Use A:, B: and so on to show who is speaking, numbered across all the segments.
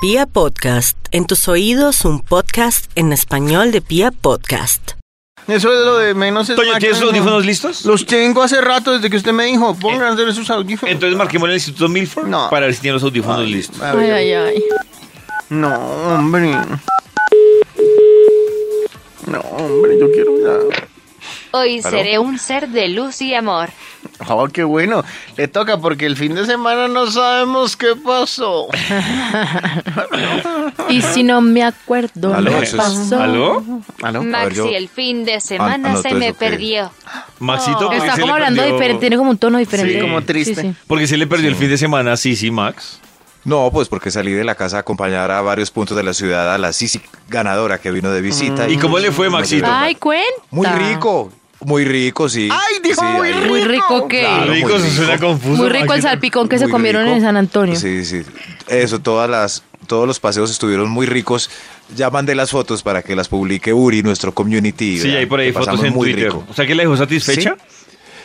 A: Pia Podcast, en tus oídos un podcast en español de Pia Podcast.
B: Eso es lo de menos. es
C: Toño,
B: más
C: ¿tienes
B: que
C: los
B: no.
C: audífonos listos?
B: Los tengo hace rato desde que usted me dijo, pónganse esos audífonos.
C: Entonces marquemos el Instituto Milford
B: No.
C: para ver si tienen los audífonos listos.
B: A
D: Ay,
B: ver,
D: ay, ay.
B: No, hombre. No, hombre, yo quiero ya.
E: Hoy seré un ser de luz y amor.
B: Oh, qué bueno. Le toca porque el fin de semana no sabemos qué pasó.
D: Y si no me acuerdo,
F: Aló,
D: Ah, ¿qué
F: eso es-
D: pasó?
C: ¿Aló?
B: ¿Aló?
E: Maxi,
F: yo-
E: el fin de semana
F: anoto
E: se
F: eso
E: me
F: que-
E: perdió.
C: Maxito. porque
D: Está
C: se
D: como
C: le
D: hablando
C: perdió-
D: diferente, tiene como un tono diferente.
B: Sí, como triste.
C: Porque se le perdió el fin de semana, sí, sí, Max.
F: No, pues porque salí de la casa a acompañar a varios puntos de la ciudad a la Sisi ganadora que vino de visita.
C: Mm. ¿Y cómo le fue,
F: Me
C: Maxito?
F: llevó-
D: Ay, cuenta.
F: Muy rico, muy rico, sí.
B: Ay, dijo
F: Sí,
B: muy
F: ahí-
D: Muy rico que.
F: Claro,
C: rico,
F: muy
C: eso
F: rico.
C: suena confuso.
D: Muy rico el
C: Maxito.
D: salpicón que se
F: muy
D: comieron
F: rico.
D: en San Antonio.
F: Sí, sí. Eso, todas las, todos los paseos estuvieron muy ricos. Ya mandé las fotos para que las publique Uri, nuestro community.
C: Sí,
F: vean,
C: hay por ahí
F: que
C: fotos
F: pasamos
C: en
F: muy
C: Twitter.
F: rico.
C: O sea, que la dejó satisfecha.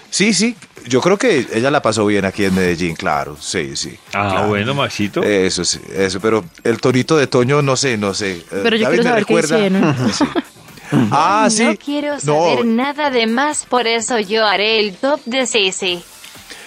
F: Sí, sí. Yo creo que ella la pasó bien aquí en Medellín, claro. Sí, sí.
C: Ah,
F: claro. Eh,
C: bueno, Maxito.
F: Eso sí, eso, pero el torito de Toño, no sé, no sé. Eh,
D: Pero yo
F: David
D: quiero
F: me
D: saber qué
F: recuerda-
D: hicieron.
F: Sí. Ah, sí.
E: No quiero saber nada de más, por eso yo haré el top de Sisi.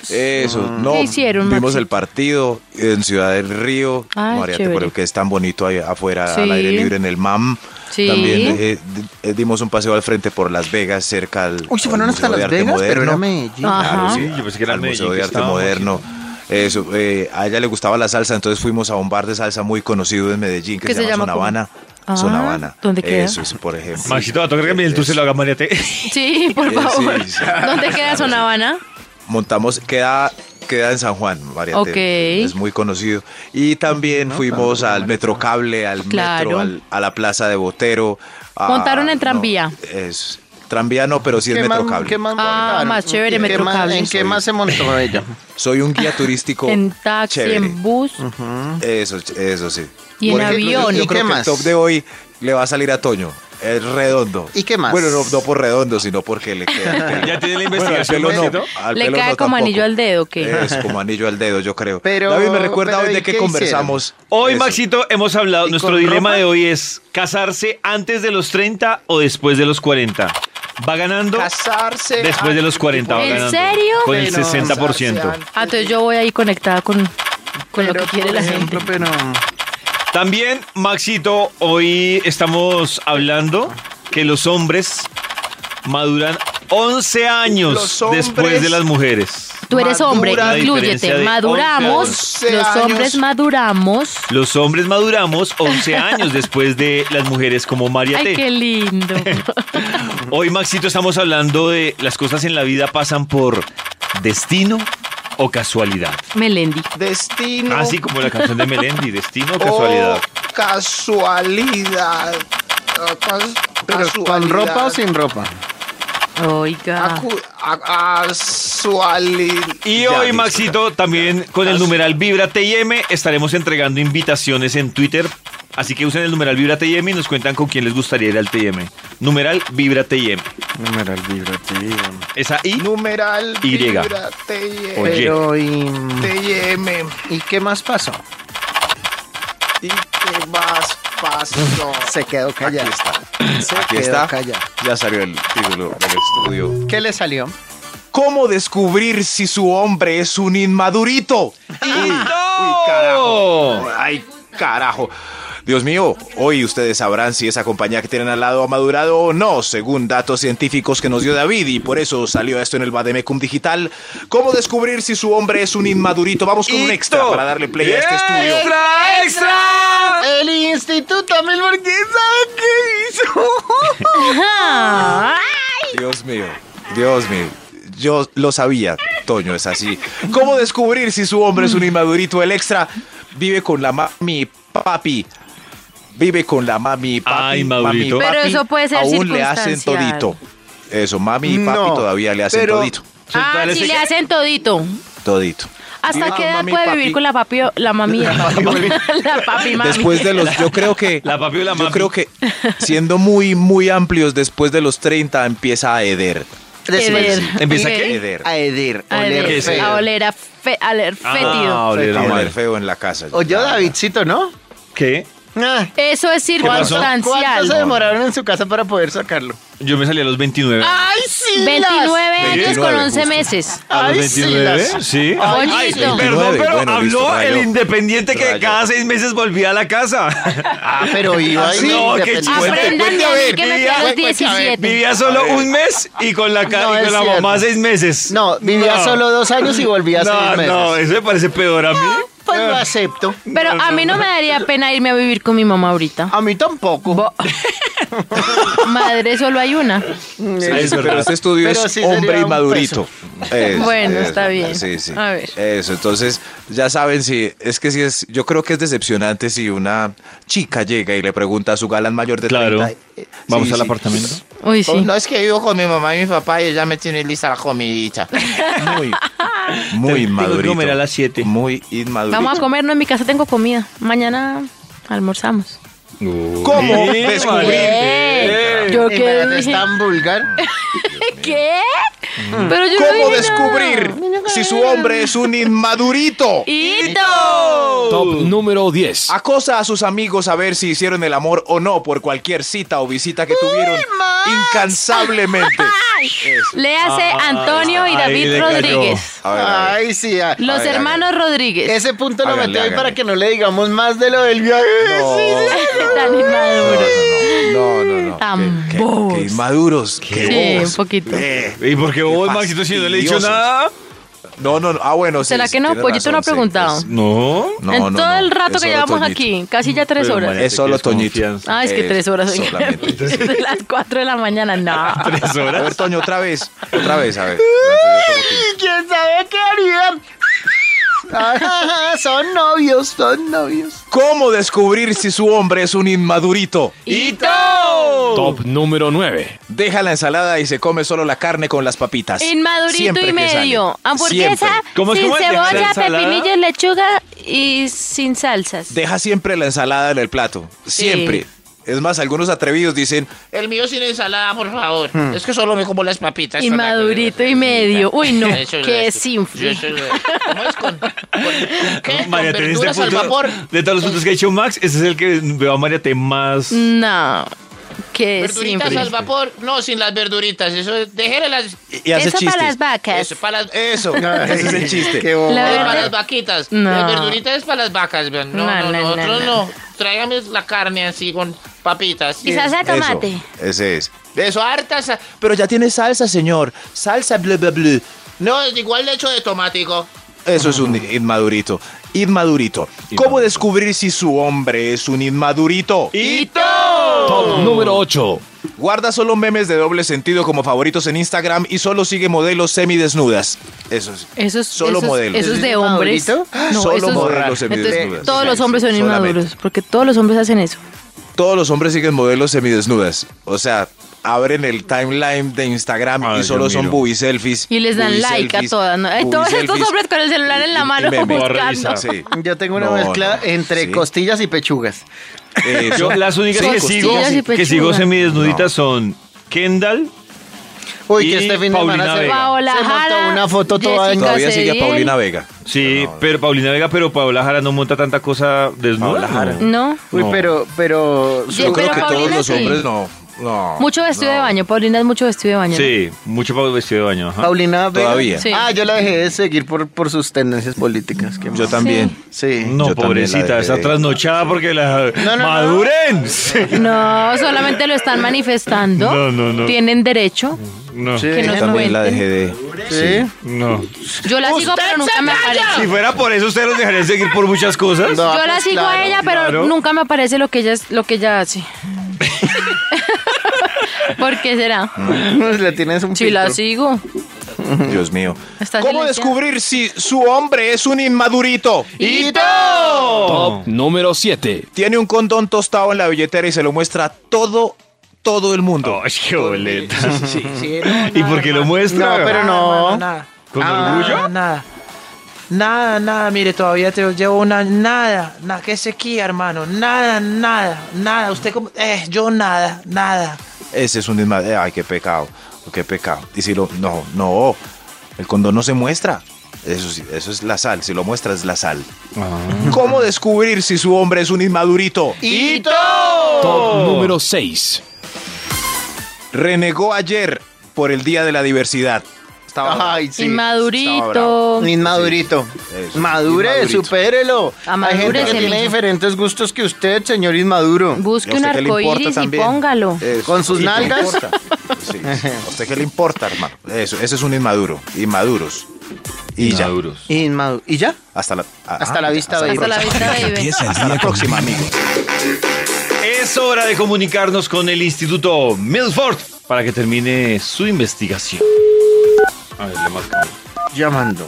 F: Eso, no.
D: ¿Qué hicieron,
F: Vimos
D: Maxi?
F: el partido en Ciudad del Río.
D: Ay,
F: María, te
D: chévere.
F: acuerdas que es tan bonito ahí afuera, al
D: Sí.
F: aire libre, en el MAM.
D: Sí.
F: También eh, d- eh, dimos un paseo al frente por Las Vegas, cerca al.
B: Uy, se
F: al
B: fueron hasta
F: Museo de
B: Las
F: Arte
B: Vegas, pero
F: Moderno.
B: era Medellín.
D: Ah.
F: Claro,
D: Ajá.
F: sí,
C: Pues Yo pensé que era
F: al Museo
C: Medellín
F: de
C: que
F: Arte
C: estábamos.
F: Moderno. Eso, eh, a ella le gustaba la salsa, entonces fuimos a un bar de salsa muy conocido en Medellín que
D: ¿Qué
F: se,
D: se
F: llama
D: llama cómo?
F: Sonavana.
D: Ah,
F: Sonavana.
D: ¿dónde queda?
F: Eso, sí, por ejemplo.
C: Maxito, va a tocar que el tour se lo haga María T.
D: Sí, por
F: Eh,
D: favor.
F: sí, sí.
D: ¿Dónde queda Sonavana?
F: montamos, queda, queda en San Juan, María.
D: Ok.
F: Tere, Es muy conocido. Y también fuimos al Metrocable, al
D: Claro.
F: metro, al- a la Plaza de Botero. a-
D: Montaron en tranvía.
F: no, es, tranvía no, pero sí es
B: ¿Qué más,
F: Metrocable.
B: qué más
D: Ah,
B: montaron?
D: más chévere,
B: ¿Qué más-
D: Metrocable.
B: ¿En qué más se montó ella?
F: Soy un guía turístico.
D: En taxi,
F: chévere.
D: en bus.
F: Eso, eso sí.
D: Y en
F: Por ejemplo, yo-
D: avión.
F: Yo,
B: ¿Y
F: creo
B: qué
F: que
B: más?
F: el top de hoy le va a salir a Toño. Es redondo.
B: ¿Y qué más?
F: Bueno, no, no por redondo, sino porque le queda.
C: Ya tiene la
F: Bueno, al
C: investigación,
F: pelo no,
C: Maxito.
F: al
D: Le
F: pelo
D: cae como
F: no tampoco.
D: anillo al dedo, ¿qué?
F: Es como anillo al dedo, yo creo.
B: Pero-
F: David, me recuerda
B: pero
F: hoy
B: ¿y
F: de qué
B: qué
F: conversamos.
C: Hoy,
F: Eso.
C: Maxito, hemos hablado.
B: ¿Y
C: Nuestro
B: con
C: dilema
B: ropa?
C: de hoy es: ¿casarse antes de los 30 o después de los 40? Va ganando
B: Casarse.
C: después de los 40. Va
D: ¿En
C: ganando,
D: serio?
C: Con el
B: Pero-
C: 60%.
D: Ah, entonces yo voy ahí conectada con, con lo que quiere la gente.
B: Pero.
C: También, Maxito, hoy estamos hablando que los hombres maduran 11 años
F: Los hombres
C: después de las mujeres.
D: Tú eres hombre,
C: Madura la diferencia
D: inclúyete.
C: de
D: Maduramos,
B: 11
D: los
B: años.
D: hombres maduramos.
C: Los hombres maduramos 11 años después de las mujeres, como María
D: Ay,
C: T.
D: qué lindo.
C: Hoy, Maxito, estamos hablando de las cosas en la vida pasan por destino o casualidad.
D: Melendi.
B: Destino.
C: Así como la canción de Melendi, destino o
B: Oh,
C: Ah, casualidad.
B: casualidad. Oh, cas-
G: Pero, ¿con
B: casualidad.
G: ropa o sin ropa?
D: Oiga.
B: Acu- a- casuali-
C: Y
B: Ya,
C: hoy,
B: listo,
C: Maxito, también con el numeral Vibra TM estaremos entregando invitaciones en Twitter. Así que usen el numeral Vibra TM y nos cuentan con quién les gustaría ir al TM. Numeral Vibra TM.
G: Numeral vibra,
C: Esa I.
B: ya. Numeral
C: Y.
B: vibra, TM.
C: Oye.
B: Pero, y, ¿y qué más pasó? ¿Y qué más pasó? Se quedó
F: Aquí
B: callado.
F: está.
B: Se
F: Aquí
B: quedó
F: está.
B: callado.
F: Ya salió el título del estudio.
B: ¿Qué le salió?
F: ¿Cómo descubrir si su hombre es un inmadurito?
C: ¡Oh! carajo!
F: Ay, carajo. Dios mío, hoy ustedes sabrán si esa compañía que tienen al lado ha madurado o no, según datos científicos que nos dio David, y por eso salió esto en el Bademecum Digital. ¿Cómo descubrir si su hombre es un inmadurito? Vamos con un extra para darle play a este estudio.
C: ¡Extra, extra!
B: El Instituto Milford, ¿quién sabe qué hizo?
D: Ah,
F: Dios mío, Dios mío. Yo lo sabía, Toño es así. ¿Cómo descubrir si su hombre es un inmadurito? El extra vive con la mami y papi. Vive con la mami y papi.
C: Ay,
F: mami y
C: Maurito.
D: Pero
F: papi,
D: eso puede ser
F: Aún le hacen
D: circunstancial.
F: todito. Eso, mami y papi
B: No,
F: todavía le hacen
B: pero-
F: todito.
C: Son todas las-
D: si Ah, le hacen todito.
F: Todito.
D: ¿Hasta
F: Vive
D: qué
F: con
D: edad
F: mami y
D: puede
F: papi.
D: vivir con la papi o- la mami? La papi, la papi mami.
F: Después de los, yo creo que,
C: La papi o la
F: yo
C: mami.
F: creo que siendo muy, muy amplios, después de los 30 empieza a heder.
D: Eder.
C: ¿Empieza
D: Eder.
C: qué?
F: Heder.
B: A Edir,
D: A
B: oler
C: ¿Qué
D: oler,
C: es
B: feo.
D: a oler, a fe- a oler fétido.
C: Ah, oler
F: A
C: mal.
F: oler feo en la casa.
B: Oyó Davidcito, ¿no?
C: ¿Qué?
B: Ah,
D: Eso es
C: pasó?
B: ¿Cuánto se
D: circunstancial.
B: demoraron en su casa para poder sacarlo?
C: Yo me salí a los 29.
D: Ah,
B: ¡Ay, sí!
D: 29 años con
F: 29
D: 11
F: justo.
D: meses.
C: ¿A los
B: Ay, sí,
C: 29?
B: las-
C: Sí.
D: Ay, sí.
C: Perdón,
F: 29,
C: pero
F: bueno,
C: habló
F: listo, rayo.
C: el independiente que
F: Rayo.
C: cada seis meses volvía a la casa.
B: Ah, pero iba ahí.
C: No, qué
B: independiente.
C: Cuente,
D: Aprendan
C: cuente,
D: de
C: a
D: a mí
C: ver,
D: que me fui
C: Lidia,
D: a los
B: cuente, a ver,
D: 17.
C: Vivía solo un mes y con la, ca-
B: No,
C: y con
B: es
C: la
B: cierto.
C: mamá seis meses.
B: No, vivía solo dos años y volvía a
C: No,
B: seis meses.
D: Pues
C: no, eso me parece peor a mí.
B: Pues lo acepto.
D: Pero a mí no me daría pena irme a vivir con mi mamá ahorita.
B: A mí tampoco.
D: Bo- Madre, solo hay una.
F: Sí,
C: es verdad.
F: pero este estudio
B: Pero
F: es
B: sí
F: hombre
B: sería
F: y
B: un
F: madurito. Es,
D: Bueno, está bien.
F: Sí, sí.
D: A ver.
F: Eso, entonces, ya saben si es que si es, yo creo que es decepcionante si una chica llega y le pregunta a su galán mayor de
C: Claro.
F: 30, eh,
C: Vamos
F: sí,
C: al
F: sí.
C: apartamento.
D: Uy, sí.
B: No es que vivo con mi mamá y mi papá y ella me tiene lista la comidita.
F: Muy, muy
C: Tengo que
F: madurito.
C: comer a las siete.
F: Muy inmadurito.
D: Vamos a comer, no en mi casa tengo comida. Mañana almorzamos.
F: ¿Cómo
C: Sí,
F: descubrir?
D: ¿Qué? Yo
B: Y me
D: qué
B: ves
D: dije.
B: tan vulgar.
D: ¿Qué? Pero yo no
F: ¿Cómo
D: dije nada.
F: descubrir si su hombre es un inmadurito?
C: Uh.
D: ¡Hito!
H: Top número 10.
F: Acosa a sus amigos a ver si hicieron el amor o no por cualquier cita o visita que tuvieron incansablemente. Eso.
D: Léase Antonio
C: ahí
D: y
C: le
D: David
C: cayó.
D: Rodríguez.
F: A ver, a ver.
B: Ay, sí. ah.
D: Los
F: ver,
D: hermanos Rodríguez.
B: Ese punto lo
F: Háganle,
B: metí ahí para
F: háganle.
B: que no le digamos más de lo del viaje.
F: No,
D: Tan inmaduro.
F: No, no, no, no, no.
D: Tan
F: Qué- qué-
D: bobos.
F: qué inmaduros. qué
D: Sí,
F: bobos.
D: un poquito.
F: Eh,
C: ¿Y por qué vos,
F: Qué
C: Maxito, si no le he dicho
F: fastidiosos.
C: nada?
F: No, no, no. Ah, bueno, sí.
D: ¿Será
F: sí,
D: que no?
F: tienes
D: Pollito no ha
F: razón, sí,
D: preguntado.
F: es-
C: No.
F: no,
D: en
F: no,
D: todo
F: no,
D: el rato
F: es
D: que
F: solo
D: llevamos
F: Toñito.
D: aquí, casi ya tres
C: Pero,
D: horas.
C: María,
F: Es
C: te
F: solo
C: quieres
F: Toñito.
C: confianza.
D: Ah, es que
F: Eh,
D: tres horas. oiga.
F: solamente.
D: Desde las cuatro de la mañana, no.
C: ¿Tres
F: A ver,
C: horas?
F: Toño, otra vez. Otra vez, a ver.
B: ¿Quién sabe qué haría? Ajá, son novios, son novios.
F: ¿Cómo descubrir si su hombre es un inmadurito?
H: Top número 9.
F: Deja la ensalada y se come solo la carne con las papitas.
D: Inmadurito
F: Siempre
D: y
F: que
D: medio.
F: sale.
D: Hamburguesa
F: Siempre.
C: ¿Cómo es,
D: sin
C: cómo es? Deja la
D: cebolla,
C: ensalada.
D: pepinillos, lechuga y sin salsas.
F: Deja siempre la ensalada en el plato. Siempre. Es más, algunos atrevidos dicen,
I: El mío sin ensalada, por favor.
C: Hmm.
I: Es que solo me como las papitas.
D: Inmadurito y medio. Uy, no,
I: Eso es
D: qué
I: eso. Yo
D: sinfín.
I: soy- ¿Cómo es con, con- con qué? ¿Con
C: María, en este
I: verduras al
C: punto,
I: vapor?
C: de todos los puntos que ha dicho Max, ese es el que veo a María te más...
D: No, qué
I: ¿Verduritas
D: sinfín.
I: al vapor? No, sin las verduritas. Eso, es- déjele las...
F: y hace
D: Eso para las
F: chistes.
D: vacas.
I: Eso para las...
F: Eso, ese es el chiste.
B: Qué bobo.
D: La
I: es
D: verdad-
I: para las vaquitas.
D: No.
I: Las verduritas es para las vacas, vean. No,
D: No, no,
I: no, no.
D: no,
I: Nosotros
D: no.
I: no. Tráigame la carne así con papitas. ah,
D: Y salsa de
F: Eso,
D: tomate.
F: ese es. ah,
I: Eso, harta sa-
F: Pero ya tiene salsa, señor. Salsa, bla, bla, bla.
I: No, es igual de hecho de tomatico.
F: Eso es un inmadurito. Inmadurito. ¿Cómo descubrir si su hombre es un inmadurito?
H: Top número 8.
F: Guarda solo memes de doble sentido como favoritos en Instagram y solo sigue modelos semidesnudas. Eso sí.
D: Eso es, eso
F: Solo
D: es-
F: modelos.
D: eso es Ah, de
B: ¿Eso es
D: hombres.
B: inmadurito?
D: No,
F: Solo
D: eso es-
F: modelos semidesnudas.
D: Entonces, todos los
F: Sí,
D: hombres
F: sí,
D: son
F: solamente.
D: inmaduros, porque todos los hombres hacen eso.
F: Todos los hombres siguen modelos semidesnudas. O sea, abren el timeline de Instagram
C: Ay,
F: y solo
C: Dios
F: son
C: mío.
F: booby selfies.
D: Y les dan
F: booby
D: like
F: selfies,
D: a todas. ¿no? Eh,
F: booby
D: Todos estos
F: selfies
D: hombres con el celular en
F: y-
D: la
F: y
D: mano
F: memes.
C: Voy a revisar.
D: buscando.
F: Sí.
B: Yo tengo una
F: No,
B: mezcla
F: no,
B: entre
F: sí.
B: costillas y pechugas.
F: Eso.
C: Yo, las únicas
D: Sí,
C: que sigo,
D: costillas y
C: que sigo
D: pechuga.
C: semidesnuditas son Kendall,
B: Uy,
C: Y
B: que este fin de
C: Paulina
B: semana se,
C: Vega.
D: Paola
B: se montó
D: Jara,
B: una foto toda
D: Jessica-
F: Todavía sigue a
D: Cacería.
F: Paulina Vega.
C: sí, pero Paulina Vega, pero Paola Jara no monta tanta cosa desnuda.
F: Paola Jara.
B: Mm,
C: ¿no?
D: ¿No?
B: Uy,
C: No.
B: pero, pero.
D: Yo
F: Yo
D: pero
F: creo que todos
D: Paulina
F: los
D: sí.
F: hombres no. No.
D: Mucho vestido de baño. Paulina es mucho vestido de baño. ¿no?
C: Sí, mucho pa- vestido de baño. ajá.
B: Paulina Vega.
F: ¿Ah? Todavía.
D: Sí.
B: Ah, yo la dejé de seguir por, por sus tendencias políticas. qué
F: Yo
B: mal.
F: también.
B: Sí.
C: No,
F: Yo también la
C: pobrecita,
F: dejé
C: está
F: de-
C: trasnochada porque la...
B: no, no.
C: ¡Maduren! Sí.
D: No, solamente lo están manifestando.
C: No, no, no.
D: Tienen derecho.
C: No,
B: Sí.
D: Que
F: Yo
D: nos
F: también la
D: cuenten.
F: dejé de.
B: Sí.
C: no.
D: Yo la sigo, pero nunca me
C: Si
D: aparece.
C: fuera por eso, ¿ustedes los dejarían seguir por muchas cosas?
B: No,
D: Yo
F: Ah,
D: la
B: pues,
D: sigo
B: claro.
D: a ella, pero
C: claro.
D: nunca me aparece lo que ella, es- lo que ella hace. ¿Por qué será?
B: Le tienes un
D: Si la
B: filtro.
D: sigo.
F: Dios mío.
D: Está
F: ¿Cómo
D: silenciada.
F: descubrir si su hombre es un inmadurito?
H: Top número 7.
F: Tiene un condón tostado en la billetera y se lo muestra a todo, todo el mundo.
C: Ay, qué boleta.
B: Sí, no,
C: Hmm. ¿Y por qué lo muestra?
B: No, pero no.
I: Nada.
C: ¿Con
I: Ah,
C: orgullo?
I: Nada. Nada, nada, mire, todavía te llevo una nada, nada, que sequía, hermano, nada, nada, nada, usted como, eh, yo nada, nada.
F: Ese es un eh, inmadurito. Ay, qué pecado. Qué pecado. Y si lo. No, no. El condón no se muestra. Eso, sí, eso es la sal, si lo muestras es la sal. ¿Cómo descubrir si su hombre es un inmadurito?
B: ¡Hito!
H: Top número 6.
F: Renegó ayer por el Día de la Diversidad. Estaba
B: Ay, sí.
F: Estaba bravo.
D: Inmadurito.
B: Inmadurito.
F: Eso,
B: Madure,
F: inmadurito.
B: supérelo. Hay gente que
D: Amadúresele.
B: tiene diferentes gustos que usted, señor inmaduro.
F: ¿Y a
D: Busque un
F: usted qué le importa
D: arcoíris y
F: también?
D: póngalo.
F: Eso,
B: ¿Con sus
F: ¿y qué le
B: nalgas?
F: importa? Sí, sí. ¿A usted qué le importa, hermano? Eso, ese es un inmaduro. Inmaduros. Y ya.
C: Maduros.
B: Inmadu- ¿Y ya?
F: Hasta la, ah,
B: Hasta la
F: ya,
B: vista, baby.
D: Hasta la vista, baby.
G: Empieza el
F: Hasta la
G: día con
F: próxima, amigos.
C: Es hora de comunicarnos con el Instituto Milford para que termine su investigación. A ver, le marcamos.
B: Llamando.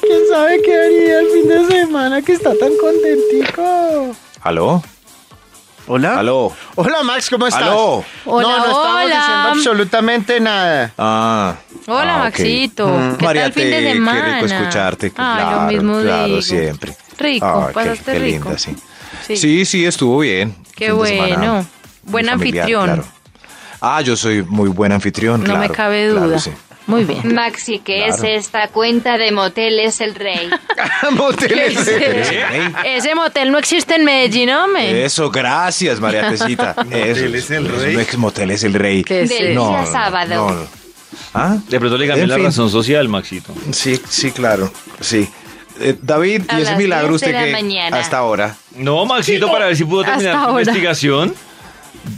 B: ¿Quién sabe qué haría el fin de semana que está tan contentico?
F: ¿Aló?
B: ¿Hola?
D: ¿Ah?
F: ¿Aló?
B: Hola, Max, ¿cómo estás?
F: ¿Aló?
D: Hola,
B: no, no estábamos
D: hola.
B: diciendo absolutamente nada.
F: Ah.
D: Hola,
F: ah, ok.
D: Maxito. ¿Qué
F: María,
D: tal el fin
F: te-
D: de semana?
F: Qué rico escucharte.
D: Ay,
F: claro,
D: lo mismo
F: claro,
D: digo.
F: siempre.
D: Rico,
F: Ah, qué-
D: pasaste
F: qué
D: rico.
F: linda, sí.
D: Sí.
F: sí. Sí, estuvo bien.
D: Qué
F: Fin de semana
D: bueno.
F: muy
D: Buen
F: familiar,
D: anfitrión.
F: claro. Ah, yo soy muy buen anfitrión,
D: No
F: claro.
D: me cabe
F: claro,
D: duda.
F: sí.
D: Muy bien.
E: Maxi, que es
F: Claro.
E: esta cuenta de motel? Es el rey.
B: Moteles.
D: Ese,
F: Ey,
D: ese motel no existe en Medellín, hombre.
F: Eso, gracias, María Tecita. Motel
C: es el rey.
F: Motel es el rey.
D: ¿Qué es
E: Del
D: eso?
E: día sábado.
F: no. ¿Ah?
C: De pronto le cambié
F: En
C: la
F: fin.
C: razón social, Maxito.
F: Sí, sí, claro. Sí. Eh, David,
E: A
F: ¿y ese
E: las
F: milagro
E: 10 de
F: usted
E: la
F: que
E: mañana.
F: hasta ahora?
C: No, Maxito, para ver si pudo terminar
D: hasta
C: su
D: ahora.
C: investigación.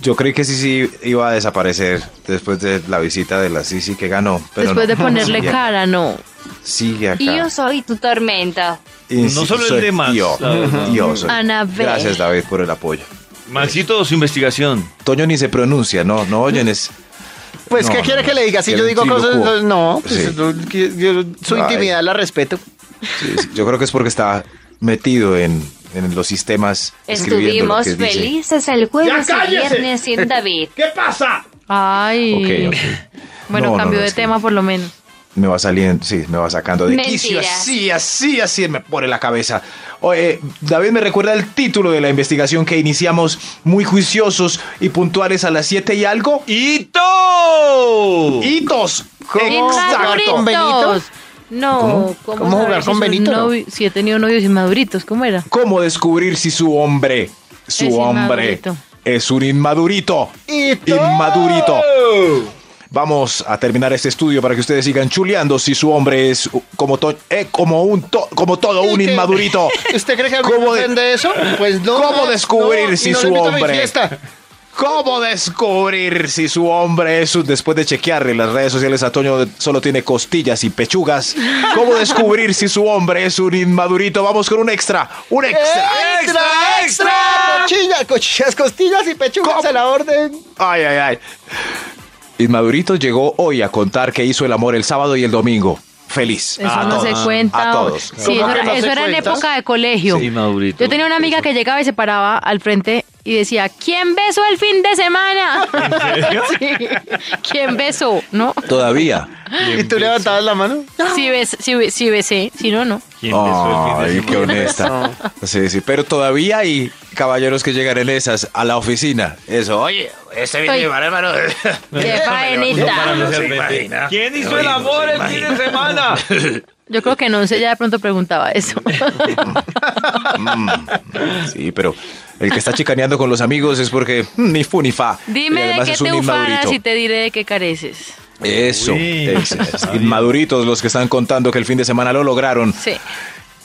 F: Yo creí que Sisi iba a desaparecer después de la visita de la Sisi que ganó. Pero
D: Después
F: no.
D: de ponerle
F: Sigue-
D: cara, no.
F: Sigue acá.
E: Y yo soy tu tormento.
F: Y
C: No
F: sí,
C: solo el
F: soy
C: de Max,
F: Yo,
C: la verdad.
F: yo soy.
D: Anabel.
F: Gracias, David, por el apoyo.
C: Maxito, su investigación.
F: Toño ni se pronuncia, no, no oyen, es.
B: Pues,
F: No,
B: ¿qué
F: no,
B: quiere
F: no.
B: que le diga? Si yo
F: Quiero un
B: digo cosas,
F: trilocuo.
B: entonces no. pues,
F: Sí.
B: yo- yo- su
F: Ay.
B: intimidad la respeto.
F: Sí, sí, Eh, yo creo que es porque está metido en, en los sistemas. escribiendo lo
E: Estuvimos
F: que dice.
E: felices el jueves y viernes sin David.
D: Ay.
F: Ok, ok.
D: Bueno,
F: No, no,
D: cambio
F: no,
D: de
F: es que-
D: tema por lo menos.
F: Me va saliendo, sí, me va sacando de quicio.
E: Mentiras.
F: Así, así, así me pone la cabeza. Oye, David me recuerda el título de la investigación que iniciamos muy juiciosos y puntuales a las 7 y algo.
C: ¡Hito!
F: ¡Hitos!
D: Inmaduritos.
B: ¿Con Benito?
D: No, ¿cómo,
B: ¿Cómo
D: saber
B: jugar
D: si
B: con
D: soy
B: Benito, no?
D: novio- si he tenido novios inmaduritos, ¿cómo era?
F: ¿Cómo descubrir si su hombre, su
D: Es
F: hombre,
D: inmadurito.
F: es un inmadurito? Inmadurito. Vamos a terminar este estudio para que ustedes sigan chuleando si su hombre es como, to- eh, como, un to- como todo un
B: ¿Y qué?
F: inmadurito.
B: ¿Usted cree que a mí
F: ¿Cómo
B: me
F: de-
B: ofende eso? Pues no.
F: ¿Cómo
B: no,
F: descubrir
B: no,
F: si
B: y no le
F: su
B: invito a mi
F: hombre-
B: fiesta.
F: ¿Cómo descubrir si su hombre es un- después de chequearle las redes sociales a Toño solo tiene costillas y pechugas? ¿Cómo descubrir si su hombre es un inmadurito? Vamos con un extra, un extra.
B: ¡Extra, extra! Cochilla, cochillas, costillas y pechugas
F: ¿Cómo?
B: a la orden.
F: Ay, ay, ay. Inmadurito llegó hoy a contar que hizo el amor el sábado y el domingo. Feliz.
D: Eso
F: A
D: no
F: todos,
D: se cuenta.
F: A
D: o-
F: todos.
D: Sí,
B: ¿Cómo que
D: eso era,
B: no se
D: eso era en
B: cuenta?
D: época de colegio.
C: Sí, Madurito.
D: Yo tenía una amiga que llegaba y se paraba al frente y decía, ¿quién besó el fin de semana? Sí. ¿Quién besó? ¿No?
F: Ah, Todavía.
B: ¿Y tú levantabas la mano?
D: Si, bes- si, be- si besé, si no, no.
C: ¿Quién besó el fin de
F: Ay,
C: semana?
F: qué honesta. Sí, sí, pero todavía hay caballeros que llegan en esas a la oficina. Eso, oye, ese viene
D: Estoy-
F: llevar, hermano.
D: ¡Qué
C: Para no
D: faenita!
C: ser
F: se
C: vente.
F: imagina.
C: ¿Quién hizo el amor el fin de semana?
D: Yo creo que no sé, ya de pronto preguntaba eso.
F: Mm. Sí, pero el que está chicaneando con los amigos es porque mm, ni fu ni fa. Y
D: Dime de
F: además
D: qué
F: es un
D: te ufanas
F: inmadurito.
D: y te diré de qué careces.
F: Eso.
C: Uy.
F: es- es inmaduritos los que están contando que el fin de semana lo lograron.
D: Sí.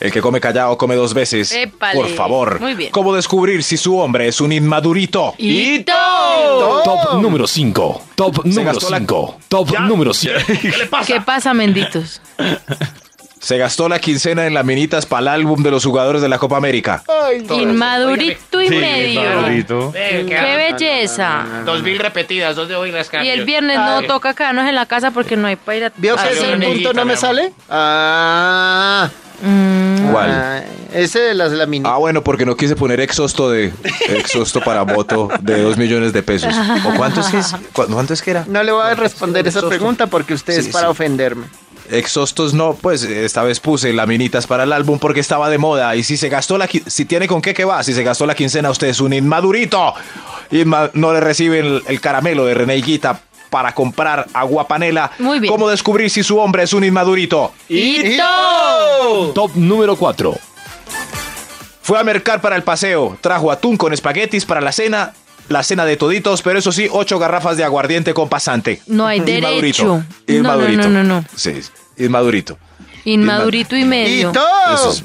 F: El que come callado come dos veces.
D: Épale.
F: Por favor.
D: Muy bien.
F: ¿Cómo descubrir si su hombre es un inmadurito?
D: ¡Hito!
H: Top número 5. Top número
F: gastó la-
H: 5. Top número 7.
D: ¿Qué pasa, menditos?
F: Se gastó la quincena en las minitas para el álbum de los jugadores de la Copa América.
H: Ah.
D: Inmadurito y
C: Sí,
D: medio.
C: Madurito.
B: Mm.
D: ¡Qué belleza!
B: Eh, Dos mil repetidas, dos de hoy las
D: Y el viernes no toca quedarnos en la casa porque no hay para ir a
B: ¿Vio
D: a
B: que ese
D: cine.
B: punto no me sale? Ah,
D: Mm,
F: ¿Cuál?
B: ah, ese de las laminitas.
F: Ah, bueno, porque no quise poner exhausto de exhausto para moto de dos millones de pesos. ¿O cuánto es que, es? ¿Cu- ¿Cuánto es que era?
B: No le voy a responder esa
F: exhausto.
B: pregunta porque usted es
F: Sí,
B: para
F: sí.
B: ofenderme.
F: Exhaustos no, pues esta vez puse laminitas para el álbum porque estaba de moda. Y si se gastó la qui- si tiene con qué que va, si se gastó la quincena, usted es un inmadurito. Inma- no le reciben el, el caramelo de René Guita para comprar agua panela.
D: Muy bien.
F: ¿Cómo descubrir si su hombre es un inmadurito?
D: ¡Hito!
H: Top número 4.
F: Fue a mercar para el paseo, trajo atún con espaguetis para la cena, la cena de toditos, pero eso sí, ocho garrafas de aguardiente con pasante.
D: No hay
F: Inmadurito.
D: derecho.
F: Inmadurito.
D: No, no, no, no, no.
F: Sí, inmadurito.
D: Inmadurito y medio.
H: ¡Oh!
F: Eso es-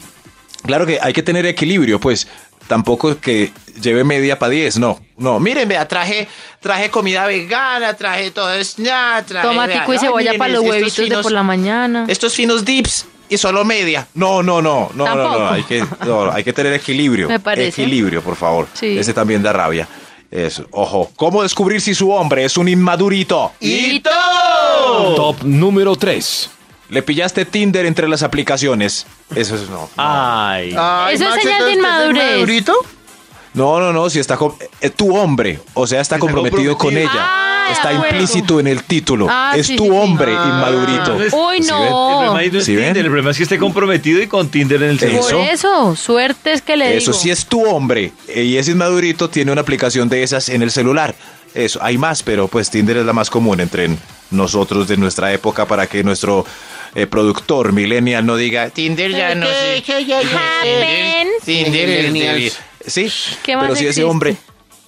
F: Claro que hay que tener equilibrio, pues. Tampoco que lleve media para diez, no. No, mire,
B: Miren, vea, traje, traje comida vegana, traje todo snack, traje...
D: Tomatico
B: vea,
D: y
B: no,
D: cebolla
B: miren,
D: para los
B: estos
D: huevitos de
B: finos-
D: por la mañana.
B: Estos finos dips y solo media.
F: No, no, no, no, no, no,
D: Tampoco.
F: hay que, no, hay que tener equilibrio.
D: Me parece.
F: Equilibrio, por favor.
D: Sí.
F: Ese también da rabia. Eso, ojo. ¿Cómo descubrir si su hombre es un inmadurito?
D: ¡Hito!
H: Top número 3.
F: Le pillaste Tinder entre las aplicaciones. Eso es no.
C: Ah. Ay.
B: Ay,
D: Eso es
B: Max, ¿entonces usted
D: señal de
B: es
D: inmadurez.
B: inmadurito?
F: No, no, no, si está com- eh, tu hombre, o sea, está,
C: Está
F: comprometido, con
C: comprometido.
F: ella.
D: Ah, de
F: está
D: acuerdo.
F: implícito en el título.
D: Ah,
F: es
D: sí,
F: tu
D: sí, sí.
F: hombre
D: Ah.
F: inmadurito.
C: Entonces,
D: Uy,
F: ¿Sí ven?
C: El problema ahí
D: no.
C: no es
F: ¿Sí ven?
C: Tinder, el problema es que esté comprometido y con Tinder en el celular.
D: Por
F: Eso.
D: eso, suerte es que le
F: Eso,
D: digo.
F: si es tu hombre eh, y es inmadurito, tiene una aplicación de esas en el celular. Eso, hay más, pero pues Tinder es la más común entre nosotros de nuestra época para que nuestro eh, productor millennial no diga... "Ti-
B: Tinder ya eh, no sé.
D: Happens.
B: Tinder es de-
F: Sí,
D: ¿Qué más
F: pero si ese
D: existe?
F: hombre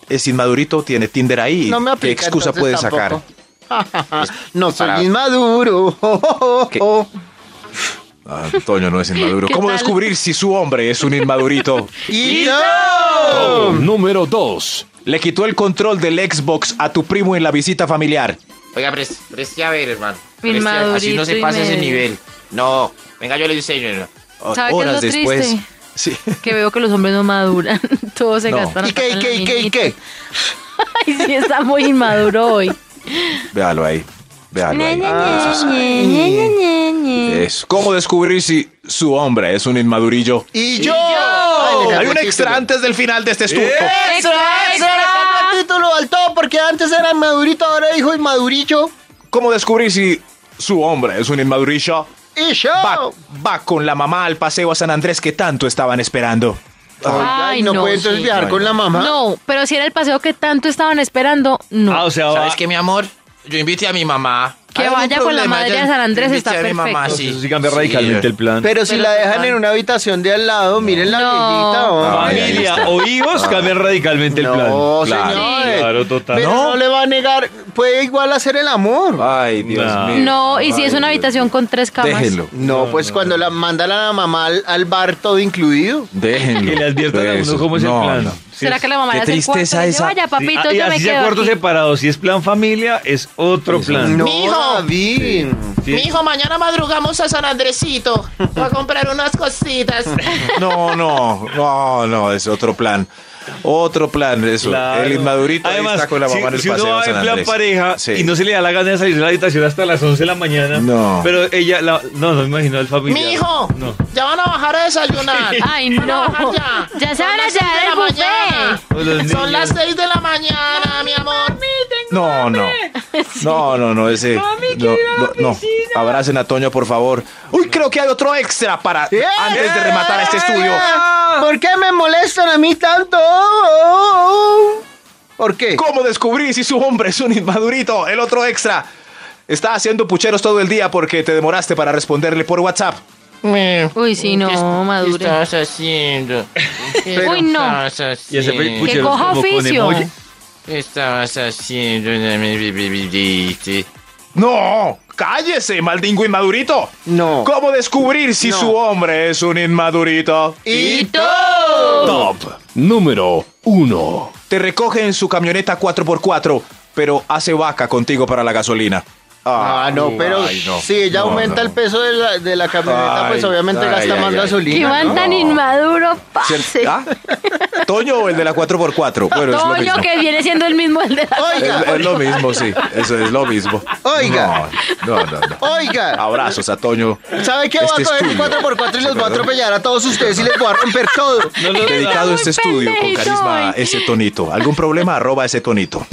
F: es inmadurito, tiene Tinder ahí,
B: No me
F: ¿qué
B: aplica,
F: excusa
B: entonces,
F: puede sacar?
B: tampoco. no soy
F: para-
B: inmaduro.
F: ¿Qué? Ah, Antonio no es inmaduro.
D: ¿Qué
F: ¿Cómo
D: tal?
F: descubrir si su hombre es un inmadurito?
B: Y
H: Top número 2.
F: Le quitó el control del Xbox a tu primo en la visita familiar.
B: Oiga, pres, pres ya ver, hermano.
D: Pres ya ver. Así no se Inmadurito y pasa ese medio. nivel.
B: No, venga, yo le diseño.
F: Oh,
D: ¿Sabe qué es
F: Horas
D: lo
F: después.
D: triste?
F: Sí.
D: Que veo que los hombres no maduran. Todos se
F: No.
D: gastan.
B: ¿Y qué, y
D: hasta
B: qué, y
D: en
B: qué, y qué?
D: Ay, sí, está muy inmaduro hoy.
F: Véalo ahí. Véalo ahí.
D: Ñe,
F: Eso. ¿Cómo descubrir si su hombre es un inmadurillo?
B: ¡Y yo! Ay, le
F: Hay un
B: cambió el
F: extra
B: título.
F: antes del final de este estudio.
B: ¡Extra, extra! Le cambió el título al todo porque antes era inmadurito, ahora dijo inmadurillo.
F: ¿Cómo descubrir si su hombre es un inmadurillo?
B: ¡Y yo!
F: Va, va con la mamá al paseo a San Andrés que tanto estaban esperando.
D: Ay,
B: no,
D: no,
B: puede
D: sí.
B: entonces viajar con la mamá.
D: No, pero si era el paseo que tanto estaban esperando, no.
C: Ah, o sea, va-
I: ¿Sabes qué, mi amor? Yo invité a mi mamá.
D: Que
I: Hay algún
D: vaya con la madre
I: yo
D: a San Andrés,
I: invité
D: está
I: a mi mamá,
D: perfecto.
C: eso sí cambia radicalmente el plan.
B: Pero si
D: Pero
B: la
D: se
B: dejan
D: van.
B: en una habitación de al lado, miren la
D: No.
B: viejita, hombre.
F: Ay, Ah, ahí Ah.
C: Familia o hijos cambian radicalmente el plan.
B: No,
F: Claro.
B: señores.
C: Claro, total.
B: Pero
F: No.
B: no. le va a negar, puede igual hacer el amor.
F: Ay, Dios
C: No.
F: mío.
D: no, y si es una
F: Ay, Dios
D: habitación con tres
F: mío.
D: camas.
F: Déjenlo.
B: No, pues cuando la mandan a la mamá al, al bar todo incluido.
F: Déjenlo.
C: Que le adviertan a uno
F: Eso.
C: cómo es
F: No,
C: el plan.
F: no.
C: Sí,
D: ¿Será
C: es-
D: que la mamá
F: Qué
D: le hace el cuarto?
F: tristeza
D: Le dice,
F: esa.
D: Vaya, papito,
C: Ah, y
D: yo me
C: así sea
D: quedo
C: cuarto
D: aquí.
C: separado, si es plan familia, es otro plan.
B: No,
I: Mijo.
B: David.
C: Sí.
I: Mijo, mañana madrugamos a San Andresito. Voy a comprar unas cositas.
F: No, no, no, no, es otro plan. Otro plan, eso.
C: Claro.
F: El inmadurito ahí
C: Además,
F: está con la mamá
C: si,
F: en el
C: si
F: paseo.
C: uno va
F: San
C: en plan
F: Andrés.
C: pareja
F: Sí.
C: y no se le da la gana de salir de la habitación hasta las 11 de la mañana.
F: No.
C: Pero ella, la- no, no me imagino al familiar.
I: Mijo,
C: No.
I: ya van a bajar a desayunar.
D: Ay, no.
I: Ya.
D: Ya se
I: Son
D: van a
I: las seis
D: llevar
I: de
D: el
I: la mañana.
D: buffet.
C: O los
I: Son
C: niños.
I: las seis de la mañana, mi amor.
F: No, no. No, no, no, ese. no, no, no. Abracen a Toño, por favor. Uy, creo que hay otro extra para
B: ¡Eh!
F: antes de rematar este estudio.
B: ¿Por qué me molestan a mí tanto? ¿Por qué?
F: ¿Cómo descubrir si su hombre es un inmadurito? El otro extra. Está haciendo pucheros todo el día porque te demoraste para responderle por WhatsApp.
D: Uy, sí, no, madure.
I: ¿Qué estás haciendo? ¿Qué
D: Uy, no.
I: estabas
C: Y ese pe-
I: haciendo?
D: Que
C: pucheros
D: coja
C: como con
D: oficio.
C: emoji.
I: ¿Qué estabas haciendo? No me olvidiste.
F: No, cállese, maldingo inmadurito.
B: No.
F: ¿Cómo descubrir si
B: No.
F: su hombre es un inmadurito?
B: Y
H: Top número 1.
F: Te recoge en su camioneta 4x4, pero hace vaca contigo para la gasolina.
B: Ah, no, pero
F: ay, no.
B: si ella
F: No,
B: aumenta
F: no.
B: el peso de la, de la camioneta,
F: Ay,
B: pues obviamente
F: ay,
B: gasta
F: ay,
B: más
F: ay.
B: gasolina.
D: Que
B: ¿no?
D: van tan inmaduro, pase.
F: ¿Cierto? ¿Ah? ¿Toño o el de la 4x4? Bueno, es lo
D: Toño,
F: mismo.
D: que viene siendo el mismo el de la...
B: Oiga,
F: Es, es lo mismo, sí. Eso es lo mismo.
B: Oiga.
F: No, no, no. no.
B: oiga.
F: Abrazos a Toño.
B: ¿Sabe qué? va
F: Este
B: a coger
F: estudio.
B: un 4x4 y los va a
F: Perdón.
B: atropellar a todos ustedes y les voy a romper todo.
C: No lo
F: Dedicado
D: muy
F: este estudio con
D: pendejito
F: carisma
D: hoy.
F: ese tonito. ¿Algún problema? Arroba ese tonito.